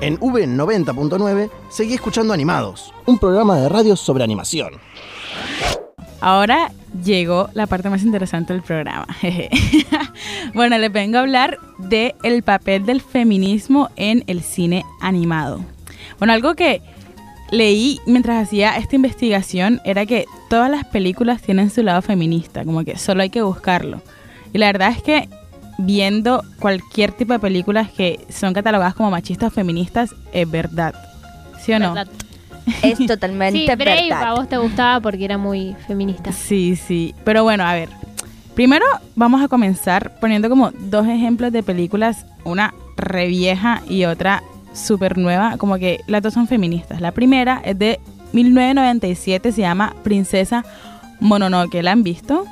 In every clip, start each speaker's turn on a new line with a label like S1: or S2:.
S1: En V90.9 seguí escuchando Animados, un programa de radio sobre animación.
S2: Ahora llegó la parte más interesante del programa. jeje. bueno, les vengo a hablar de el papel del feminismo en el cine animado. Bueno, algo que leí mientras hacía esta investigación era que todas las películas tienen su lado feminista, como que solo hay que buscarlo. Y la verdad es que viendo cualquier tipo de películas que son catalogadas como machistas o feministas, es verdad. ¿Sí o no?
S3: ¿Verdad?
S4: Es
S3: Sí,
S4: totalmente
S3: Brave a
S4: verdad.
S3: vos te gustaba porque era muy feminista.
S2: Sí, sí. Pero bueno, a ver. Primero vamos a comenzar poniendo como dos ejemplos de películas, una revieja y otra súper nueva, como que las dos son feministas. La primera es de 1997, se llama Princesa Mononoke. ¿La han visto?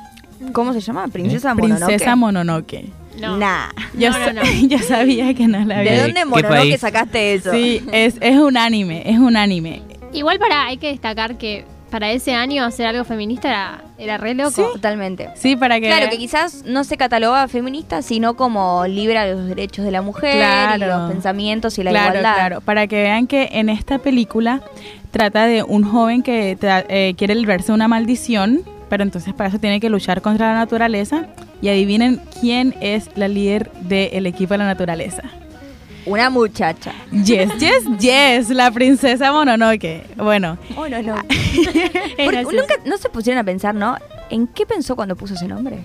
S4: ¿Cómo se llama?
S5: ¿Eh?
S4: Princesa Mononoke.
S2: Princesa Mononoke.
S3: No.
S4: Nah.
S2: Yo,
S3: No, no,
S2: sa-
S3: no.
S2: yo sabía que no la
S4: ¿De
S2: había
S5: Eh,
S4: dónde
S5: ¿qué
S4: Mononoke
S5: país?
S4: sacaste eso?
S2: Sí, es, es un anime, es un anime.
S3: Igual para, hay que destacar que para ese año hacer algo feminista era, era re loco.
S4: Totalmente.
S2: Sí, para que...
S4: Claro, que quizás no se cataloga feminista, sino como libra de los derechos de la mujer, y
S2: Claro.
S4: los pensamientos y la
S2: claro,
S4: igualdad.
S2: Claro, para que vean que en esta película trata de un joven que tra- eh, quiere librarse de una maldición, pero entonces para eso tiene que luchar contra la naturaleza. Y adivinen quién es la líder del equipo de la naturaleza.
S4: Una muchacha.
S2: Yes, yes, yes, la princesa Mononoke. Bueno,
S3: Oh,
S4: Mononoke.
S3: Era
S4: Ah, Porque nunca, no se pusieron a pensar, ¿no? ¿En qué pensó cuando puso ese nombre?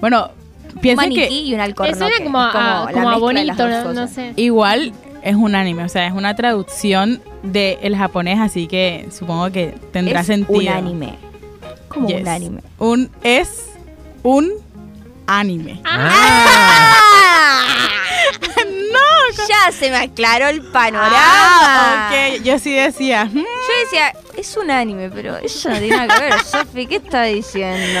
S2: bueno, piensen
S4: un
S2: que...
S4: maniquí y un
S3: Me
S4: alcornoque.
S3: suena como,
S4: Es
S3: a,
S4: la
S3: como a
S4: mezcla de las
S3: bonito,
S4: dos
S3: no, no
S4: cosas.
S3: sé.
S2: Igual es un anime, o sea, es una traducción del japonés, así que supongo que tendrá
S4: Es
S2: sentido.
S4: un anime. Como
S2: Yes.
S4: un anime.
S2: Un es un anime.
S5: Ah,
S2: no.
S4: Ya se me aclaró el panorama.
S2: Ah, ok, yo sí decía. "Mm".
S4: Yo decía, es un anime, pero eso no tiene nada que ver. Sofi, ¿qué está diciendo?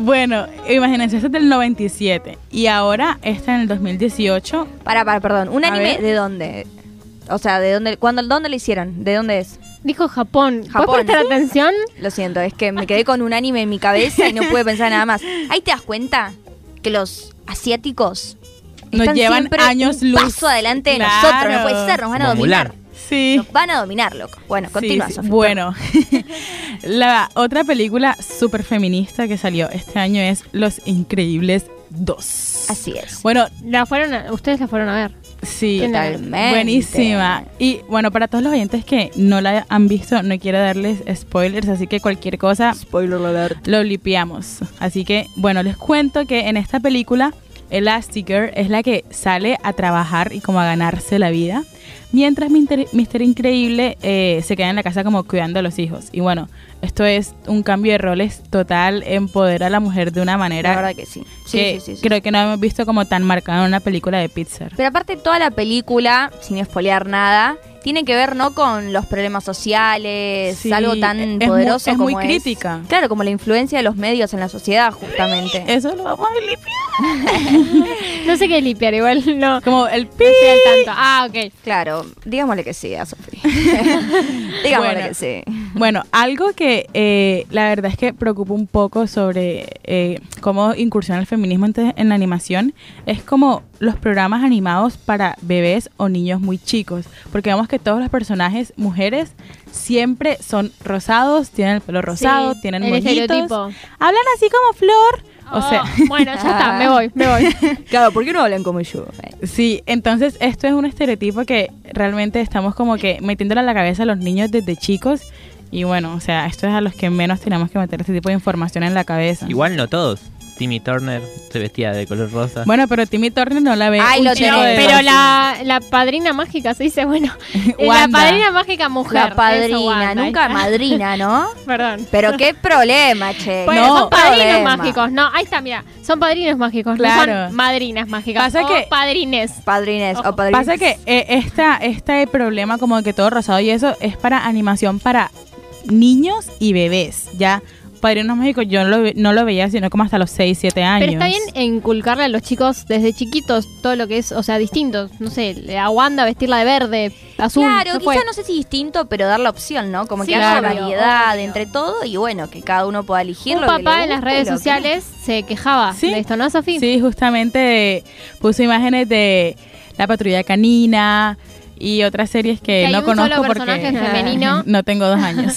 S2: Bueno, imagínense, este es del 97 y ahora está en el 2018.
S4: Para, para, perdón. ¿Un
S2: A
S4: anime
S2: ver.
S4: de dónde? O sea, ¿de dónde, cuándo, dónde lo hicieron? ¿De dónde es?
S3: Dijo Japón. ¿Puedes
S4: Japón.
S3: prestar atención?
S4: Lo siento, es que me quedé con un anime en mi cabeza y no pude pensar nada más. Ahí te das cuenta que los asiáticos
S2: Nos
S4: están
S2: llevan
S4: siempre
S2: años
S4: un
S2: luz.
S4: paso adelante de
S2: Claro.
S4: nosotros. No puede ser, nos van a
S5: como
S4: dominar.
S5: Mulan.
S2: Sí.
S4: Nos van a dominar, loco. Bueno,
S2: Sí,
S4: continúa,
S2: sí.
S4: Sofi.
S2: Bueno, la otra película súper feminista que salió este año es Los Increíbles 2.
S4: Así es.
S2: Bueno,
S3: La fueron a- ustedes la fueron a ver.
S2: sí.
S3: ¿Quién la-
S4: Totalmente.
S2: Buenísima. Y bueno, para todos los oyentes que no la han visto, no quiero darles spoilers, así que cualquier cosa
S4: Spoiler alert.
S2: lo lipiamos. Así que, bueno, les cuento que en esta película, Elastigirl es la que sale a trabajar y como a ganarse la vida, mientras Mister, Mister Increíble eh, se queda en la casa como cuidando a los hijos. Y bueno, esto es un cambio de roles total, empodera a la mujer de una
S4: La
S2: manera
S4: verdad que sí. Sí,
S2: que
S4: sí, sí, sí.
S2: creo que no hemos visto como tan marcada en una película de Pixar.
S4: Pero aparte toda la película, sin espolear nada, tiene que ver no con los problemas sociales,
S2: Sí, e-
S4: algo tan
S2: es muy-
S4: poderoso
S2: es
S4: como
S2: muy crítica.
S4: Claro, como la influencia de los medios en la sociedad justamente.
S2: Eso lo vamos a lipiar.
S3: No sé qué es limpiar, igual no. No
S2: Como el pi.
S3: estoy al tanto. Ah, ok.
S4: Claro, digámosle que sí a Sofía. digámosle
S2: Bueno.
S4: que sí.
S2: Bueno, algo que eh, la verdad es que preocupa un poco sobre eh, cómo incursiona el feminismo ente- en la animación es como los programas animados para bebés o niños muy chicos. Porque vemos que todos los personajes, mujeres, siempre son rosados, tienen el pelo rosado,
S3: Sí,
S2: tienen
S3: el
S2: moñitos,
S3: estereotipo.
S2: hablan así como flor. O
S3: Oh,
S2: sea,
S3: Bueno, ya está, me voy, me voy.
S4: Claro, ¿por qué no hablan como yo?
S2: sí, entonces esto es un estereotipo que realmente estamos como que metiéndole a la cabeza a los niños desde chicos. Y bueno, o sea, esto es a los que menos tenemos que meter este tipo de información en la cabeza.
S5: Igual no todos. Timmy Turner se vestía de color rosa.
S2: Bueno, pero Timmy Turner no la ve.
S4: Ay,
S2: un
S4: lo
S2: chico
S3: Pero,
S4: tenemos.
S2: de
S3: pero
S2: dos.
S3: la, la padrina mágica se dice, bueno, eh, la
S2: Wanda.
S3: padrina mágica mujer.
S4: La padrina,
S3: eso, ¿eh? Wanda,
S4: nunca
S3: ahí está.
S4: madrina, ¿no?
S3: Perdón.
S4: Pero qué problema, che.
S3: Bueno,
S2: No.
S3: son padrinos
S4: Problema.
S3: mágicos. No, ahí está, mira. Son padrinos mágicos. No
S2: Claro.
S3: son madrinas mágicas.
S2: Pasa
S3: o
S2: que-
S3: padrines.
S4: Padrines o
S3: Ojo.
S4: padrines.
S2: Pasa que eh, esta, este problema como que todo rosado y eso es para animación para niños y bebés. Ya Padrinos Mágicos yo no lo, ve- no lo veía sino como hasta los 6, 7 años.
S3: Pero está bien inculcarle a los chicos desde chiquitos todo lo que es, o sea, distinto. No sé, a Wanda vestirla de verde, azul.
S4: Claro,
S3: no fue.
S4: quizás no sé si distinto, pero dar la opción, ¿no? Como
S3: Sí,
S4: que haya
S3: obvio,
S4: variedad
S3: obvio.
S4: entre todo y bueno, que cada uno pueda elegir
S3: Un
S4: lo que le
S3: papá en las
S4: guste,
S3: redes
S4: lo que-
S3: sociales se quejaba
S2: Sí.
S3: de esto, ¿no, Sofía?
S2: Sí, justamente de- puso imágenes de la patrulla canina y otras series
S3: Que
S2: que,
S3: hay
S2: no
S3: un
S2: conozco
S3: solo
S2: porque
S3: personaje femenino.
S2: no tengo dos años.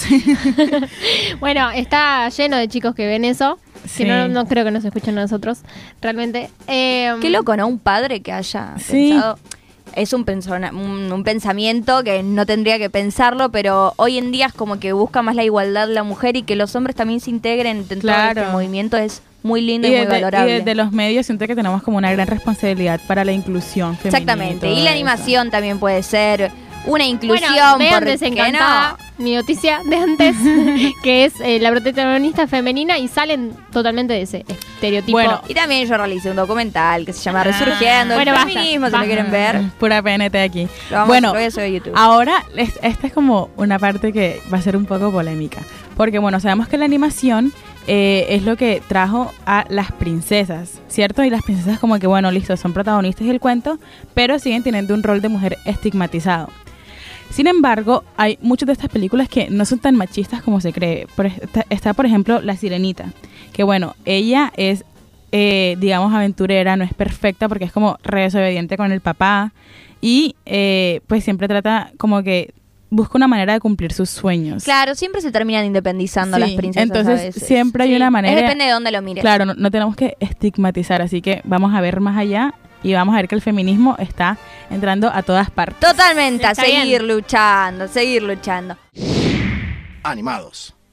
S3: Bueno, está lleno de chicos que ven eso.
S2: Sí.
S3: Que no, no creo que nos escuchen a nosotros, realmente. Eh,
S4: Qué loco, ¿no? Un padre que haya
S2: Sí.
S4: pensado. Es un, pensona- un, un pensamiento que no tendría que pensarlo, pero hoy en día es como que busca más la igualdad la mujer y que los hombres también se integren en todo
S2: Claro.
S4: este movimiento es muy lindo
S2: Y
S4: y, muy
S2: desde, y
S4: valorable.
S2: desde los medios siento que tenemos como una gran responsabilidad para la inclusión femenina.
S4: Exactamente.
S2: todo
S4: Y la
S2: eso.
S4: animación también puede ser una inclusión.
S3: Bueno, vean
S4: ¿por qué
S3: desencantada mi noticia de antes, que es eh, la protagonista femenina y salen totalmente de ese estereotipo.
S2: Bueno,
S4: no? Y también yo realicé un documental que se llama
S2: Ah.
S4: Resurgiendo.
S3: Bueno,
S4: el
S3: basta,
S4: feminismo, si
S3: basta.
S4: lo quieren ver.
S2: Pura PNT aquí.
S4: Lo vamos,
S2: Bueno,
S4: lo voy a subir a YouTube.
S2: Ahora, es- esta es como una parte que va a ser un poco polémica. Porque, bueno, sabemos que la animación eh, es lo que trajo a las princesas, ¿cierto? Y las princesas, como que, bueno, listo, son protagonistas del cuento, pero siguen teniendo un rol de mujer estigmatizado. Sin embargo, hay muchas de estas películas que no son tan machistas como se cree. Por esta- está, por ejemplo, La Sirenita, que bueno, ella es, eh, digamos, aventurera, no es perfecta porque es como re desobediente con el papá y eh, pues siempre trata como que busca una manera de cumplir sus sueños.
S4: Claro, siempre se terminan independizando
S2: Sí,
S4: las princesas.
S2: entonces,
S4: a veces.
S2: siempre hay una
S4: Es
S2: manera-
S4: depende de dónde lo mires.
S2: Claro, no, no tenemos que estigmatizar, así que vamos a ver más allá y vamos a ver que el feminismo está entrando a todas partes.
S4: Totalmente, a
S3: Está bien.
S4: seguir luchando, a seguir luchando.
S1: Animados.